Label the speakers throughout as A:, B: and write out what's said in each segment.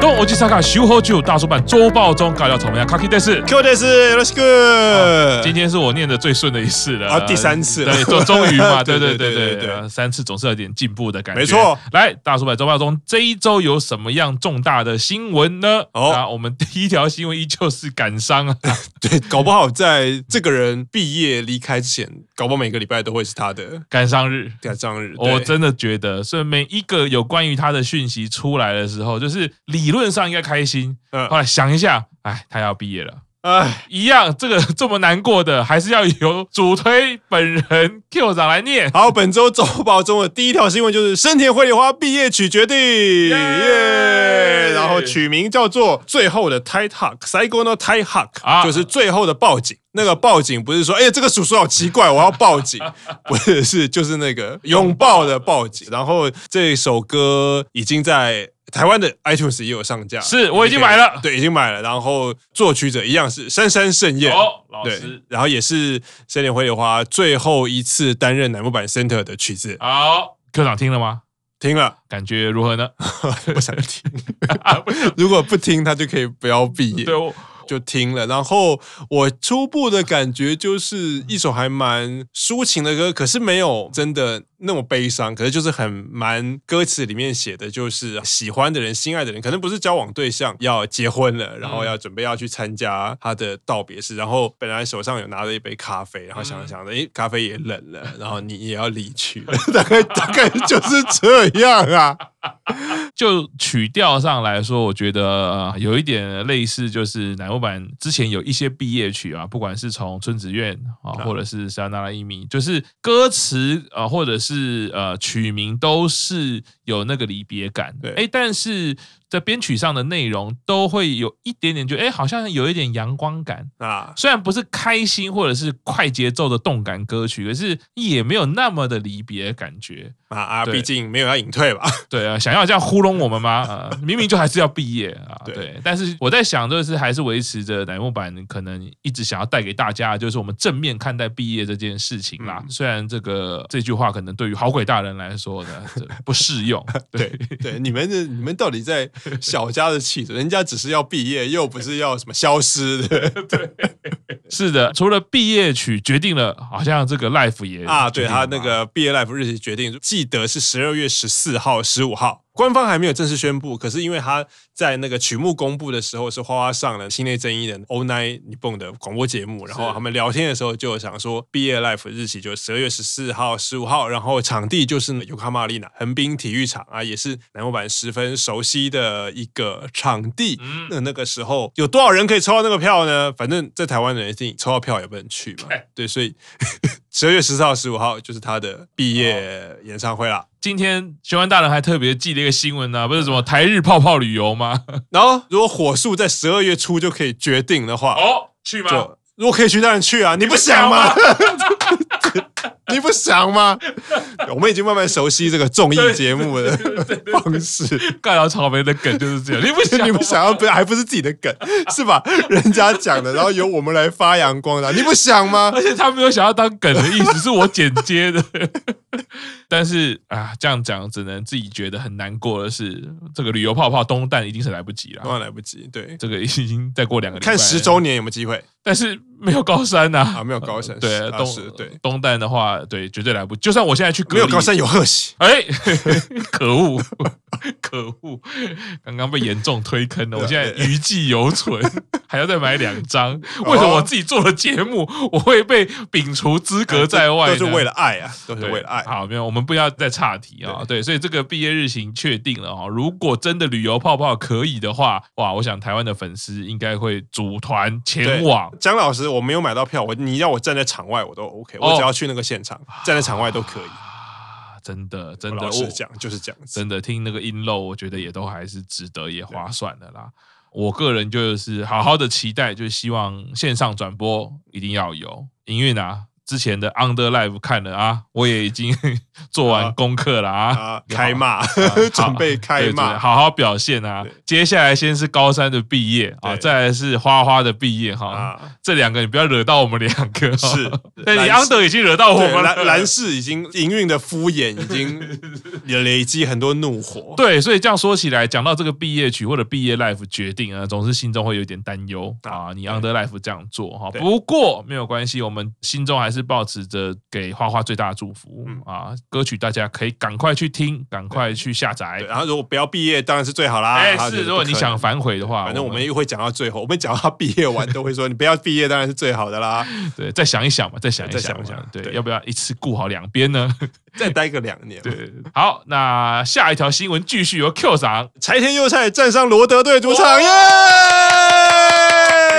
A: のおじさんが修和酒大叔版周报中搞要怎么样 k a k i d s
B: Q days，よろし
A: 今
B: く。
A: 天是我念的最顺的一次了，
B: 呃啊第三次了
A: 对，终终于 嘛，对
B: 对
A: 对
B: 对
A: 对对
B: 对对对
A: 啊三次总是有点进步的感觉。
B: 没错，
A: 来，大叔版周报中这一周有什么样重大的新闻呢？
B: 哦
A: 啊，我们第一条新闻依旧是感伤 啊，
B: 对，搞不好在这个人毕业离开之前，搞不好每个礼拜都会是他的
A: 感伤日。
B: 盖章日。
A: 我
B: 对
A: 哦真的觉得，所以每一个有关于他的讯息出来的时候，就是理论上应该开心，
B: 嗯
A: 后来想一下，哎，他要毕业了。
B: 哎，
A: 一样，这个 这么难过的，还是要由主推本人 Q 长来念。
B: 好，本周周报中的第一条新闻就是深田绘梨花毕业曲决定，耶！然后取名叫做《最后的 Tai Hawk》，Psycho no Tai
A: 啊
B: Hawk，就是最后的报警。那个报警不是说，哎、这个叔叔好奇怪，我要 报警，不是，是就是那个拥抱的报警。然后这首歌已经在。台湾的 iTunes 也有上架，
A: 是我已经买了
B: 对，已经买了。然后作曲者一样是杉山盛彦，
A: 哦，老
B: 对
A: 师，，
B: 然后也是森田绘梨花最后一次担任乃木坂 center 的曲子，
A: 好，Q 长听了吗？
B: 听了
A: 感觉如何呢？ 啊
B: 不想听， 如果不听他就可以不要毕业
A: 对，，我
B: 就听了。然后我初步的感觉就是一首还蛮抒情的歌，可是没有真的那么悲伤，可是就是很蛮歌词里面写的就是喜欢的人、心爱的人，可能不是交往对象，要结婚了，然后要准备要去参加他的道别式，然后本来手上有拿着一杯咖啡，然后想着想着，诶，咖啡也冷了，然后你也要离去了， 大概大概就是这样啊。
A: 就曲调上来说，我觉得、呃、有一点类似，就是乃木坂之前有一些毕业曲啊，不管是从春子院啊，
B: 啊
A: 或者是山那拉一米，就是歌词啊，呃或者是呃曲名都是有那个离别感的。
B: 对
A: 哎，但是在编曲上的内容都会有一点点觉得，哎，好像有一点阳光感。
B: 啊，
A: 虽然不是开心或者是快节奏的动感歌曲，可是也没有那么的离别的感觉。
B: 啊啊！
A: 对
B: 毕竟没有要隐退吧？
A: 对啊，想要这样糊弄我们吗？ 呃，明明就还是要毕业啊。
B: 嗯对
A: 对，但是我在想，就是还是维持着乃木坂可能一直想要带给大家，就是我们正面看待毕业这件事情啦。
B: 嗯
A: 虽然这个这句话可能对于好鬼大人来说呢这不适 用，
B: 对对，你们的你们到底在小家的气质，人家只是要毕业，又不是要什么消失的
A: 是的，除了毕业曲决定了，好像这个 life 也
B: 啊！对
A: 决定了
B: 他
A: 嘛
B: 那个毕业 life 日期决定，记得是十二月十四号、十五号，官方还没有正式宣布，可是因为他在那个曲目公布的时候是花花上了新内真一的 All Night 你蹦的广播节目，然后
A: 是
B: 他们聊天的时候就想说毕业 life 日期就十二月十四号、十五号，然后场地就是尤卡玛丽娜横滨体育场啊，也是南木板十分熟悉的一个场地。
A: 嗯
B: 那那个时候有多少人可以抽到那个票呢？反正在台湾的人一定抽到票也不能去嘛。对，所以 十二月十四号、十五号就是他的毕业演唱会啦。
A: 今天玄幻大人还特别寄了一个新闻呢、不是什
B: 嗯
A: 么台日泡泡旅游吗？
B: 然后如果火速在十二月初就可以决定的话，
A: 哦， 去吗？
B: 就如果可以去当然去啊，你不想吗？ 你不想吗？我们已经慢慢熟悉这个综艺节目的方式，
A: 盖到草莓的梗就是这样，你不想
B: 你不
A: 吗
B: 想要不还不是自己的梗是吧？人家讲的，然后由我们来发扬光大，你不 想吗？
A: 而且他没有想要当梗的意思，是我剪接的。 但是啊，这样讲只能自己觉得很难过的是，这个旅游泡泡东蛋一定是来不及
B: 当
A: 了。
B: 然来不及，对，
A: 这个已经再过两个礼拜，
B: 看十，周年有没有机会
A: 但是没有高山呐、
B: 啊？没有高山，
A: 对
B: 啊是
A: 东
B: 对，
A: 东蛋的话，对，绝对来不及。就算我现在去隔
B: 没
A: 离，
B: 有高山有 贺喜。
A: 哎，可恶， 可恶！刚刚被严重推坑
B: 啊
A: 了，我现在余悸犹存， 还要再买两张。
B: 哦
A: 为什么我自己做的节目，我会被摒除资格在外呢？
B: 哎都是为了爱啊，都是
A: 对
B: 为了爱。
A: 好，没有，我们不要再岔题啊、对，所以这个毕业日行确定了哦。如果真的旅游泡泡可以的话，哇，我想台湾的粉丝应该会组团前往。
B: 蒋老师，我没有买到票，我你要我站在场外我都 OK，
A: 哦
B: 我只要去那个现场，站在场外都 可以。
A: 啊，真的，真
B: 我
A: 的，
B: 老
A: 我
B: 实讲就是这样子。
A: 真的听那个音漏，我觉得也都还是值得也划算的啦。我个人就是好好的期待，就是希望线上转播一定要有音乐啊，之前的 Under Live 看了啊，我也已经 做完功课了啊
B: 啊，，开骂， 准备开
A: 对
B: 骂
A: 对，好好表现啊
B: 对！
A: 接下来先是高三的毕业啊，
B: 对
A: 再来是花花的毕业哈。
B: 啊！
A: 这两个你不要惹到我们两个哦，
B: 是
A: 但你
B: 蓝
A: 安
B: 氏
A: 德已经惹哦到我
B: 对，
A: 们 了。
B: 蓝蓝氏已经营运的敷衍，已经 也累积很多怒火。
A: 对，所以这样说起来，讲到这个毕业曲或者毕业 life 决定啊，总是心中会有点担忧
B: 啊
A: 啊。你 under life 这样做哈，
B: 对
A: 不过没有关系，我们心中还是保持着给花花最大的祝福
B: 嗯
A: 啊。歌曲大家可以赶快去听，赶快去下载
B: 对，。然后如果不要毕业，当然是最好啦。
A: 哎，
B: 啊
A: 是，如果你，
B: 就
A: 想
B: 不可能
A: 反悔的话，
B: 反正我们又会讲到最后，我们讲到他毕业完都会说，你不要毕业当然是最好 的啦，
A: 对再想一想嘛，再想一
B: 再
A: 想嘛，
B: 想一想
A: 对，
B: 对
A: 要不要一次顾好两边 呢？
B: 再待个两年。，
A: 对，好，那下一条新闻继续由 Q 赏，
B: 柴田佑菜站上罗德队主场，耶！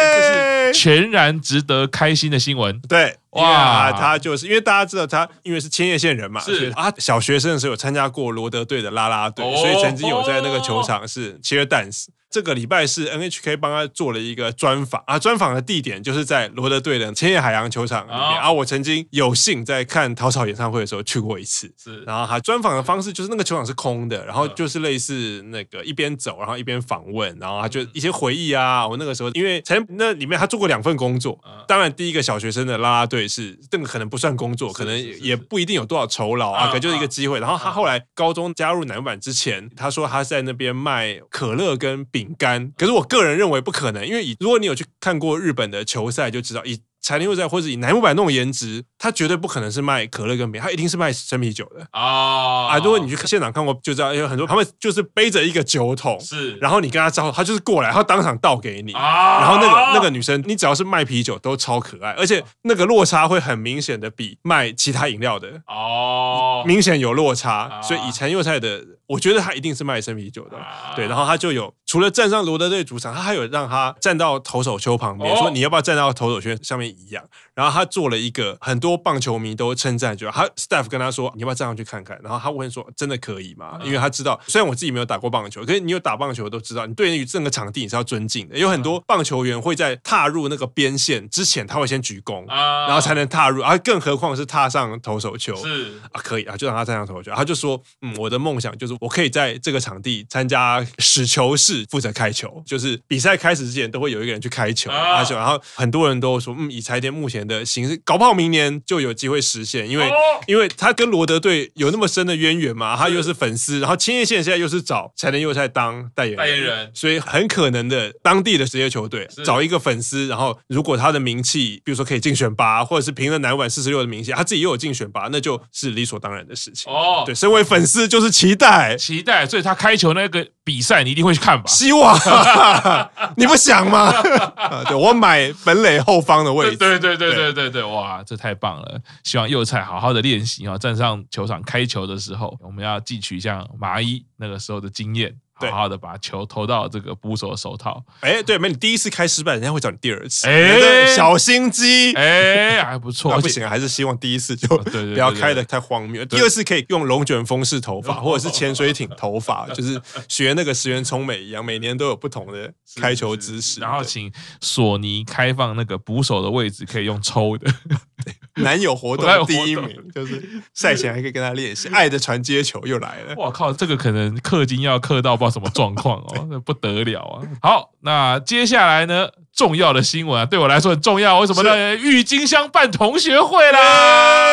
A: 这是全然值得开心的新闻。
B: 对，
A: 哇
B: 哇，他就是因为大家知道他，因为是千叶县人嘛，
A: 是
B: 所以他小学生的时候有参加过罗德队的啦啦队，
A: 哦
B: 所以曾经有在那个球场是 cheer dance。这个礼拜是 NHK 帮他做了一个专访啊，专访的地点就是在罗德队的千叶海洋球场里面。
A: 哦
B: 啊，我曾经有幸在看陶草演唱会的时候去过一次。
A: 是
B: 然后他专访的方式就是那个球场是空的，然后
A: 嗯
B: 就是类似那个一边走，然后一边访问，然后他
A: 嗯
B: 就一些回忆啊。我那个时候因为才那里面他做过两份工作
A: 嗯，
B: 当然第一个小学生的啦啦队是这个可能不算工作，可能
A: 是是是
B: 也不一定有多少酬劳
A: 嗯
B: 啊，可能就是一个机会。然后他
A: 嗯
B: 后来高中加入男版之前，他说他是在那边卖可乐跟饼干，可是我个人认为不可能，因为以如果你有去看过日本的球赛就知道以。柴田佑在，或者以楠木板那种颜值，他绝对不可能是卖可乐跟饼，他一定是卖生啤酒的。
A: 啊
B: 啊，如果你去现场看过就知道，有很多他们就是背着一个酒桶，
A: 是
B: 然后你跟他招呼，他就是过来，他当场倒给你。
A: 啊
B: 然后那个那个女生，你只要是卖啤酒都超可爱，而且那个落差会很明显的比卖其他饮料的
A: 哦，
B: 明显有落
A: 啊
B: 差，所以以前幼菜的，我觉得他一定是卖生啤酒的
A: 啊。
B: 对，然后他就有除了站上罗德队主场，他还有让他站到投手丘旁边，
A: 哦
B: 说你要不要站到投手圈上面一样。然后他做了一个很多棒球迷都称赞，就他 staff 跟他说你要不要站上去看看？然后他问说真的可以吗？
A: 啊
B: 因为他知道，虽然我自己没有打过棒球，可是你有打棒球都知道，你对于整个场地你是要尊敬的。有
A: 啊
B: 很多棒球员会在踏入那个边线之前，他会先鞠躬，
A: 啊
B: 然后才能踏入，啊，更何况是踏上投手丘。
A: 是
B: 啊，可以啊，就让他站上投球。他就说，嗯，我的梦想就是我可以在这个场地参加史球室，负责开球，就是比赛开始之前都会有一个人去开球，
A: 啊
B: 啊，就然后很多人都说，嗯，以柴田目前的形式，搞不好明年就有机会实现，因为、
A: 哦
B: 因为他跟罗德队有那么深的渊源嘛，他又是粉丝，然后千叶县现在又是找柴田佑菜当代言人，
A: 代言人
B: 所以很可能的当地的职业球队
A: 是
B: 找一个粉丝，然后如果他的名气，比如说可以竞选八，或者是凭着南晚四十六的名气，他自己又有竞选八，那就是理所当然的事情。
A: 哦，
B: 对，身为粉丝就是 期待。
A: 期待，所以他开球那个比赛你一定会去看吧？
B: 希望 你不想吗？ 啊对我买本垒后方的位
A: 对
B: 置，
A: 对对对对对对，哇，这太棒了！希望幼菜好好的练习啊，站上球场开球的时候，我们要汲取像麻衣那个时候的经验。好
B: 对
A: 好的把球投到这个捕手手 套，
B: 哎，对，没你第一次开失败，人家会找你第二次，
A: 哎
B: 对小心机，
A: 哎，还不错，
B: 那
A: 而
B: 不
A: 且
B: 行啊，还是希望第一次就
A: 哦对对对
B: 不要开的太荒谬。第二次可以用龙卷风式头
A: 哦
B: 发，或者是潜水艇头发， 就是学那个石原聪美一样，每年都有不同的开球姿势。
A: 然后
B: 对
A: 请索尼开放那个捕手的位置可以用抽的，
B: 男友活动
A: 男友活
B: 第
A: 动
B: 一名就是赛前还可以跟他 练习，爱的传接球又来了。
A: 我靠，这个可能氪金要氪到不知道什么状况哦，那不得了啊！好，那接下来呢，重要的新闻啊，对我来说很重要，为什么呢？郁金香办同学会啦！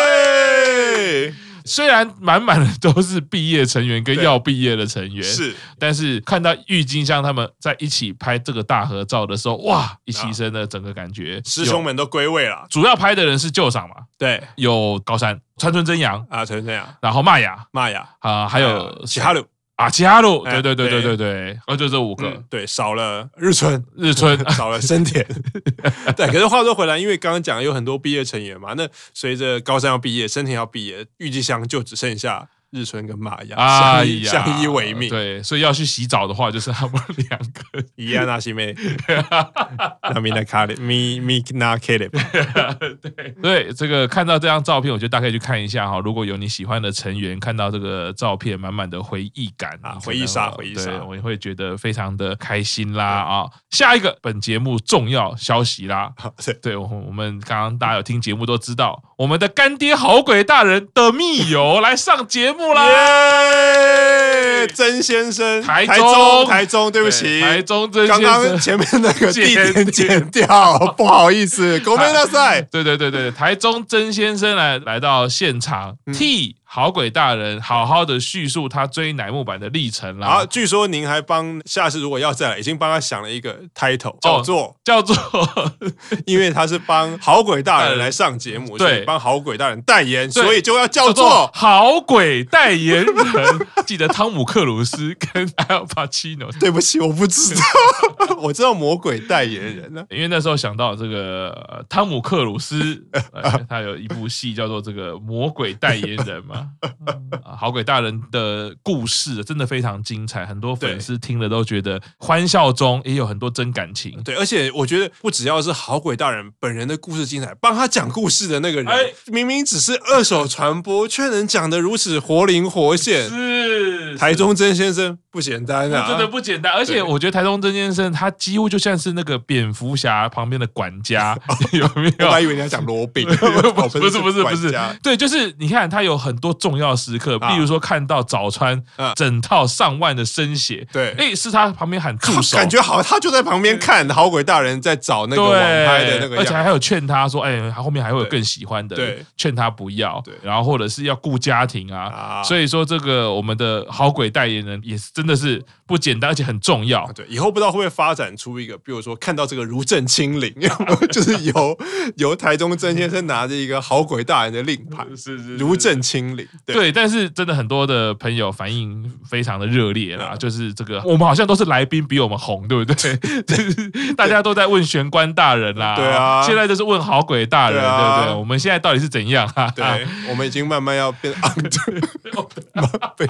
B: 哎
A: 虽然满满的都是毕业成员跟
B: 对
A: 要毕业的成员，，
B: 是
A: 但是看到郁金香他们在一起拍这个大合照的时候，哇，一起身的整个感觉，
B: 啊师兄
A: 有。
B: 们都归位了，
A: 主要拍的人是旧赏嘛，
B: 对
A: 有高山、川村真阳，
B: 啊，陈这样，
A: 然后玛雅
B: 玛雅
A: 啊、还有
B: 其他的，
A: 啊齐哈鲁，对
B: 哎
A: 对对对对
B: 对
A: 对，哦就这五个，
B: 嗯对少了日村，
A: 日 春
B: 少了 生田。对，可是话说回来，因为刚刚讲有很多毕业成员嘛，那随着高三要毕业，生田要毕业，预计香就只剩下日春跟玛雅
A: 哎
B: 相依
A: 呀，
B: 相依为命。
A: 对，所以要去洗澡的话，就是他们两 个
B: 伊亚纳 西妹，那米纳卡里，米米纳卡里，
A: 对，这个看到这张照片，我觉得大概去看一下哈。如果有你喜欢的成员看到这个照片，满满的回忆感你
B: 啊
A: 可能
B: 回忆杀
A: 会
B: 回忆杀
A: 对我也会觉得非常的开心啦啊！下一个本节目重要消息啦，
B: 对，
A: 对我我们刚刚大家有听节目都知道，我们的干爹好鬼大人的密友来上节目啦。
B: 耶！曾先生，
A: 台
B: 台
A: 中
B: 台中，对不起，
A: 台中曾
B: 刚
A: 先
B: 刚
A: 生。
B: 前面那个地
A: 剪
B: 点剪掉，不好 意思，国美大赛。
A: 对对对对，对台中曾先生来来到现场，
B: 嗯
A: 替好鬼大人好好的叙述他追乃木坂的历程啦。
B: 好，据说您还帮下次如果要再来，已经帮他想了一个
A: 哦
B: title，叫做，
A: 叫 做
B: 因为他是帮好鬼大人来上节目，
A: 呃对
B: 所以帮好鬼大人代言，
A: 对
B: 所以就要叫
A: 叫做
B: 做
A: 好鬼代言人，记得汤姆克鲁斯跟阿尔帕奇诺。
B: 对不起，我不知道，我知道魔鬼代言人呢。
A: 因为那时候想到这个、呃汤姆克鲁斯、 呃，他有一部戏叫做《这个魔鬼代言人》 嘛，嗯啊好鬼大人的故事真的非常精彩，很多粉丝听了都觉得欢笑中也有很多真感情。
B: 对，而且我觉得不只要是好鬼大人本人的故事精彩，帮他讲故事的那个人，
A: 哎
B: 明明只是二手传播，却能讲得如此活灵活现。
A: 是
B: 台中曾先生不简单啊！
A: 真的不简单，而且
B: 对
A: 我觉得台中曾先生他几乎就像是那个蝙蝠侠旁边的管 家， 有没
B: 哦我
A: 有
B: 本来？以为你要讲罗 宾，
A: 不是不是不是不 是
B: 管家，
A: 对，就是你看他有很多重要时刻，
B: 啊
A: 比如说看到早川
B: 啊
A: 整套上万的生血，
B: 对
A: 哎，是他旁边喊助手，
B: 感觉好，像他就在旁边看好鬼大人在找那个网拍的
A: 对，
B: 那个
A: 而
B: 样
A: 且
B: 子，
A: 还有劝他说，哎，他后面还会有
B: 对
A: 更喜欢的，
B: 对，
A: 劝他不要
B: 对，
A: 然后或者是要顾家庭啊，
B: 啊
A: 所以说这个我们的好鬼代言人也是真的是不简单，而且很重要
B: 啊。对，以后不知道会不会发展出一个，比如说看到这个如正 清零，就是由由台中曾先生拿着一个好鬼大人的令牌，
A: 是是
B: 如正清零，对
A: 对，但是真的很多的朋友反应非常的热烈啦，
B: 嗯
A: 就是这个我们好像都是来宾比我们红，对不对？就是大家都在问玄关大人啦，
B: 对啊
A: 现在就是问好鬼大人，
B: 对啊
A: 对不对？我们现在到底是怎样啊？
B: 对，我们已经慢慢要变 under，被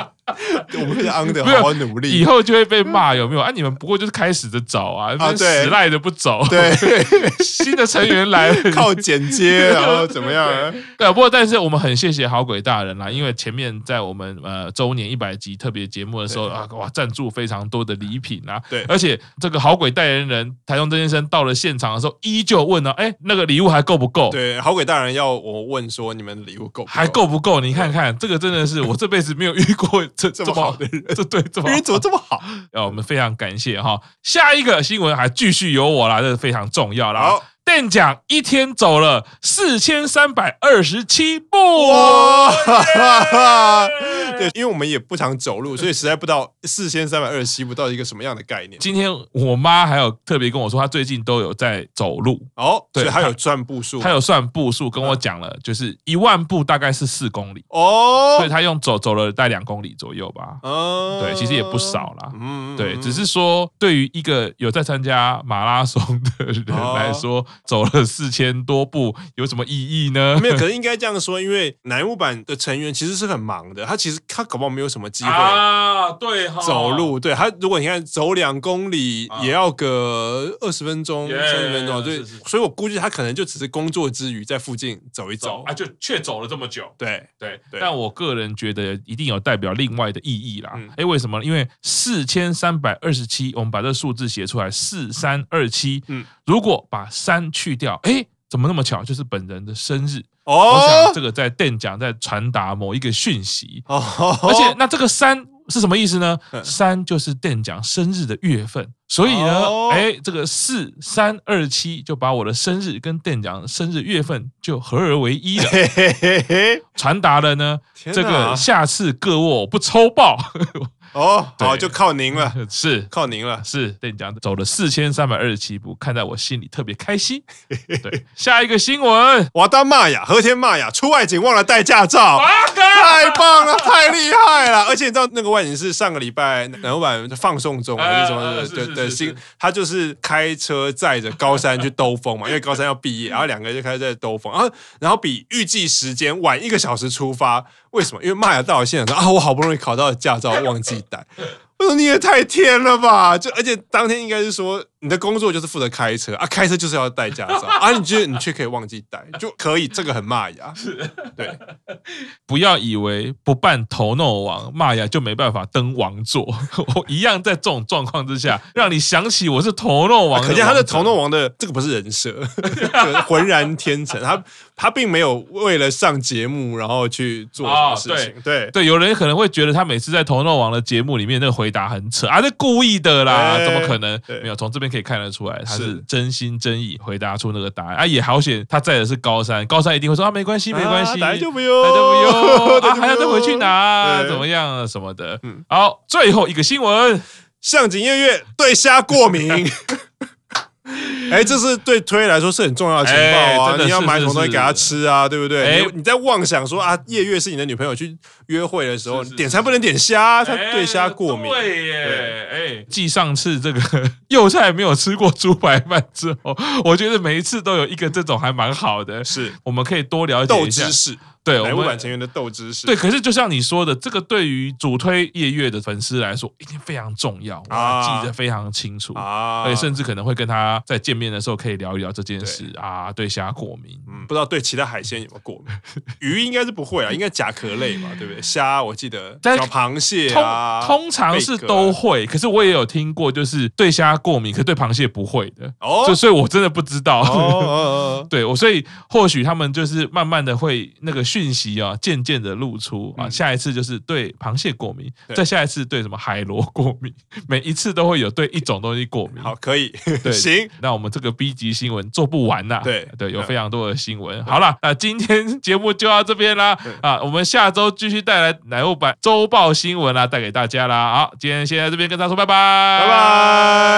B: 我们要 under
A: 没有
B: 好好努
A: 以
B: 力。
A: 后就会被骂，有没有？啊，你们不过就是开始的早啊，
B: 啊
A: 死
B: 对
A: 赖着不走。，
B: 对，
A: 新的成员来了，
B: 靠剪 接，然后怎么样啊？
A: 对，不过但是我们很谢谢好鬼大人啦，因为前面在我们呃周年一百集特别节目的时候啊，哇，赞助非常多的礼品啊，
B: 对
A: 而且这个好鬼代言人台中曾先生到了现场的时候，依旧问呢、哎，那个礼物还够不够？
B: 对，好鬼大人要我问说，你们的礼物够不
A: 还够不够？你看看，这个真的是我这辈子没有遇过这这
B: 这么好的
A: 人， 这对 这么
B: 别人怎么这么好？
A: 啊，我们非常感谢哈。下一个新闻还继续由我啦，这是非常重要啦。
B: 好，
A: 店长一天走了四千三百二十七步，哦
B: 哇！哈哈 对，因为我们也不常走路，所以实在不知道四千三百二十七步到底一个什么样的概念。
A: 今天我妈还有特别跟我说，她最近都有在走路，
B: 哦，
A: 对
B: 所以它
A: 它
B: 有转步数，
A: 她有算步数，跟我讲
B: 嗯
A: 了，就是一万步大概是四公里，所以
B: 哦，
A: 她用走走了大概两公里左右吧。
B: 嗯
A: 对，其实也不少啦。
B: 嗯
A: 对，只是说对于一个有在参加马拉松的人
B: 哦
A: 来说，走了四千多步有什么意义呢？
B: 没有，可能应该这样说，因为乃木坂的成员其实是很忙的，他其实他搞不好没有什么机会。
A: 啊，对哈，
B: 走路，对他，如果你看走两公里
A: 啊
B: 也要个二十分钟、
A: Yeah，
B: 三十分钟，所以
A: 是是
B: 所以我估计他可能就只是工作之余在附近走一
A: 走
B: 走
A: 啊，。就却走了这么久。
B: 对，
A: 对，
B: 对
A: 但我个人觉得一定有代表另外的意义啦。
B: 嗯
A: 哎、为什么呢？因为四千三百二十七，我们把这数字写出来，四三二七。嗯
B: 嗯，
A: 如果把三去掉，哎、怎么那么巧？就是本人的生日。我想
B: 哦
A: 这个在店讲在传达某一个讯息，
B: 哦，
A: 而且那这个三是什么意思呢？
B: 嗯
A: 三就是店讲生日的月份，所以呢
B: 哦，
A: 哎、这个四三二七就把我的生日跟店讲生日月份就合而为一了。
B: 嘿嘿嘿嘿，
A: 传达了呢，
B: 天
A: 这个
B: 哪
A: 下次各握我不抽爆，
B: 哦，
A: 对
B: 好，就靠您了，
A: 是
B: 靠您了。
A: 是，对你讲走了四千三百二十七步，看在我心里特别开 心。对，下一个新闻，
B: 瓦达玛雅、和田玛雅出外景忘了带 驾照，太棒了，太厉害了！而且你知道那个外景是上个礼拜南老板放送中还是什么
A: 啊啊啊
B: 的？
A: 是
B: 对
A: 是
B: 对，
A: 是
B: 新
A: 是
B: 他就是开车载着高山去兜风嘛，因为高山要毕业，然后两个人就开始在兜风，然后然后比预计时间晚一个小时出发，为什么？因为玛雅到了现场说啊，我好不容易考到了驾照，忘记带。我说你也太天了吧！就而且当天应该是说你的工作就是负责开车啊，开车就是要带驾照啊，你觉得你却可以忘记带，就可以这个很骂呀。对，
A: 不要以为不办头诺王，玛雅就没办法登王座。 我一样在这种状况之下，让你想起我是头诺王
B: 啊可见他
A: 的
B: 的头
A: 头
B: 诺王的这个不是人设， 就是浑然天成，他他并没有为了上节目然后去做什么事情，对。
A: 啊对，有人可能会觉得他每次在《头诺王》的节目里面那个回答很扯啊，这故意的啦，
B: 哎
A: 怎么可能
B: 对？
A: 没有，从这边可以看得出来，他是
B: 是
A: 真心真意回答出那个答案啊，也好险，他在的是高山，高山一定会说啊，没关系，没关系，
B: 来就不用，
A: 来 就不用
B: 来
A: 啊，
B: 就
A: 还要再回去拿，
B: 对
A: 怎么样啊什么的
B: 嗯。
A: 好，最后一个新 闻，
B: 上井月月对虾过敏。 哎，这是对推来说是很重要的情报
A: 哎
B: 啊！
A: 真的
B: 你要
A: 是
B: 买
A: 是
B: 什么东西
A: 是
B: 给她吃啊，对不对？
A: 哎
B: 你你在妄想说啊，夜月是你的女朋友去约会的时候，
A: 是是
B: 点餐不能点虾，她对虾
A: 哎
B: 过敏。
A: 对耶，哎，继上次这个 幼菜没有吃过猪排饭之后，我觉得每一次都有一个这种还蛮好的，
B: 是
A: 我们可以多了解
B: 豆
A: 一下
B: 知。识，
A: 对，
B: 莱
A: 我
B: 坞
A: 们
B: 版成员的豆知识。
A: 对，可是就像你说的，这个对于主推夜月的粉丝来说，一定非常重要，哇，
B: 啊
A: 记得非常清楚。
B: 啊，
A: 而且甚至可能会跟他在见面的时候可以聊一聊这件事啊，对虾过敏，
B: 嗯，不知道对其他海鲜有没 有过敏？鱼应该是不会啊，应该甲壳类嘛，对不对？虾我记得，
A: 但
B: 小螃蟹
A: 通
B: 啊，
A: 通常是
B: 贝壳
A: 都会，可是我也有听过，就是对虾过敏，可对螃蟹不会的，
B: 哦
A: 就所以我真的不知道。
B: 哦哦哦，哦
A: 对我，所以或许他们就是慢慢的会那个讯息啊，渐渐的露出啊，
B: 嗯
A: 下一次就是对螃蟹过敏，
B: 对
A: 再下一次对什么海螺过敏，每一次都会有对一种东西过敏。
B: 好，，可以
A: 对，，
B: 行，
A: 那我们这个 B 级新闻做不完呐、
B: 对
A: 对，有
B: 嗯
A: 非常多的新闻。好了，那今天 节目就到这边啦
B: 对
A: 啊，我们下周继续带来啊奶油版周报新闻啦，带给大家啦。好，今天先在这边跟大家说拜拜，
B: 拜拜。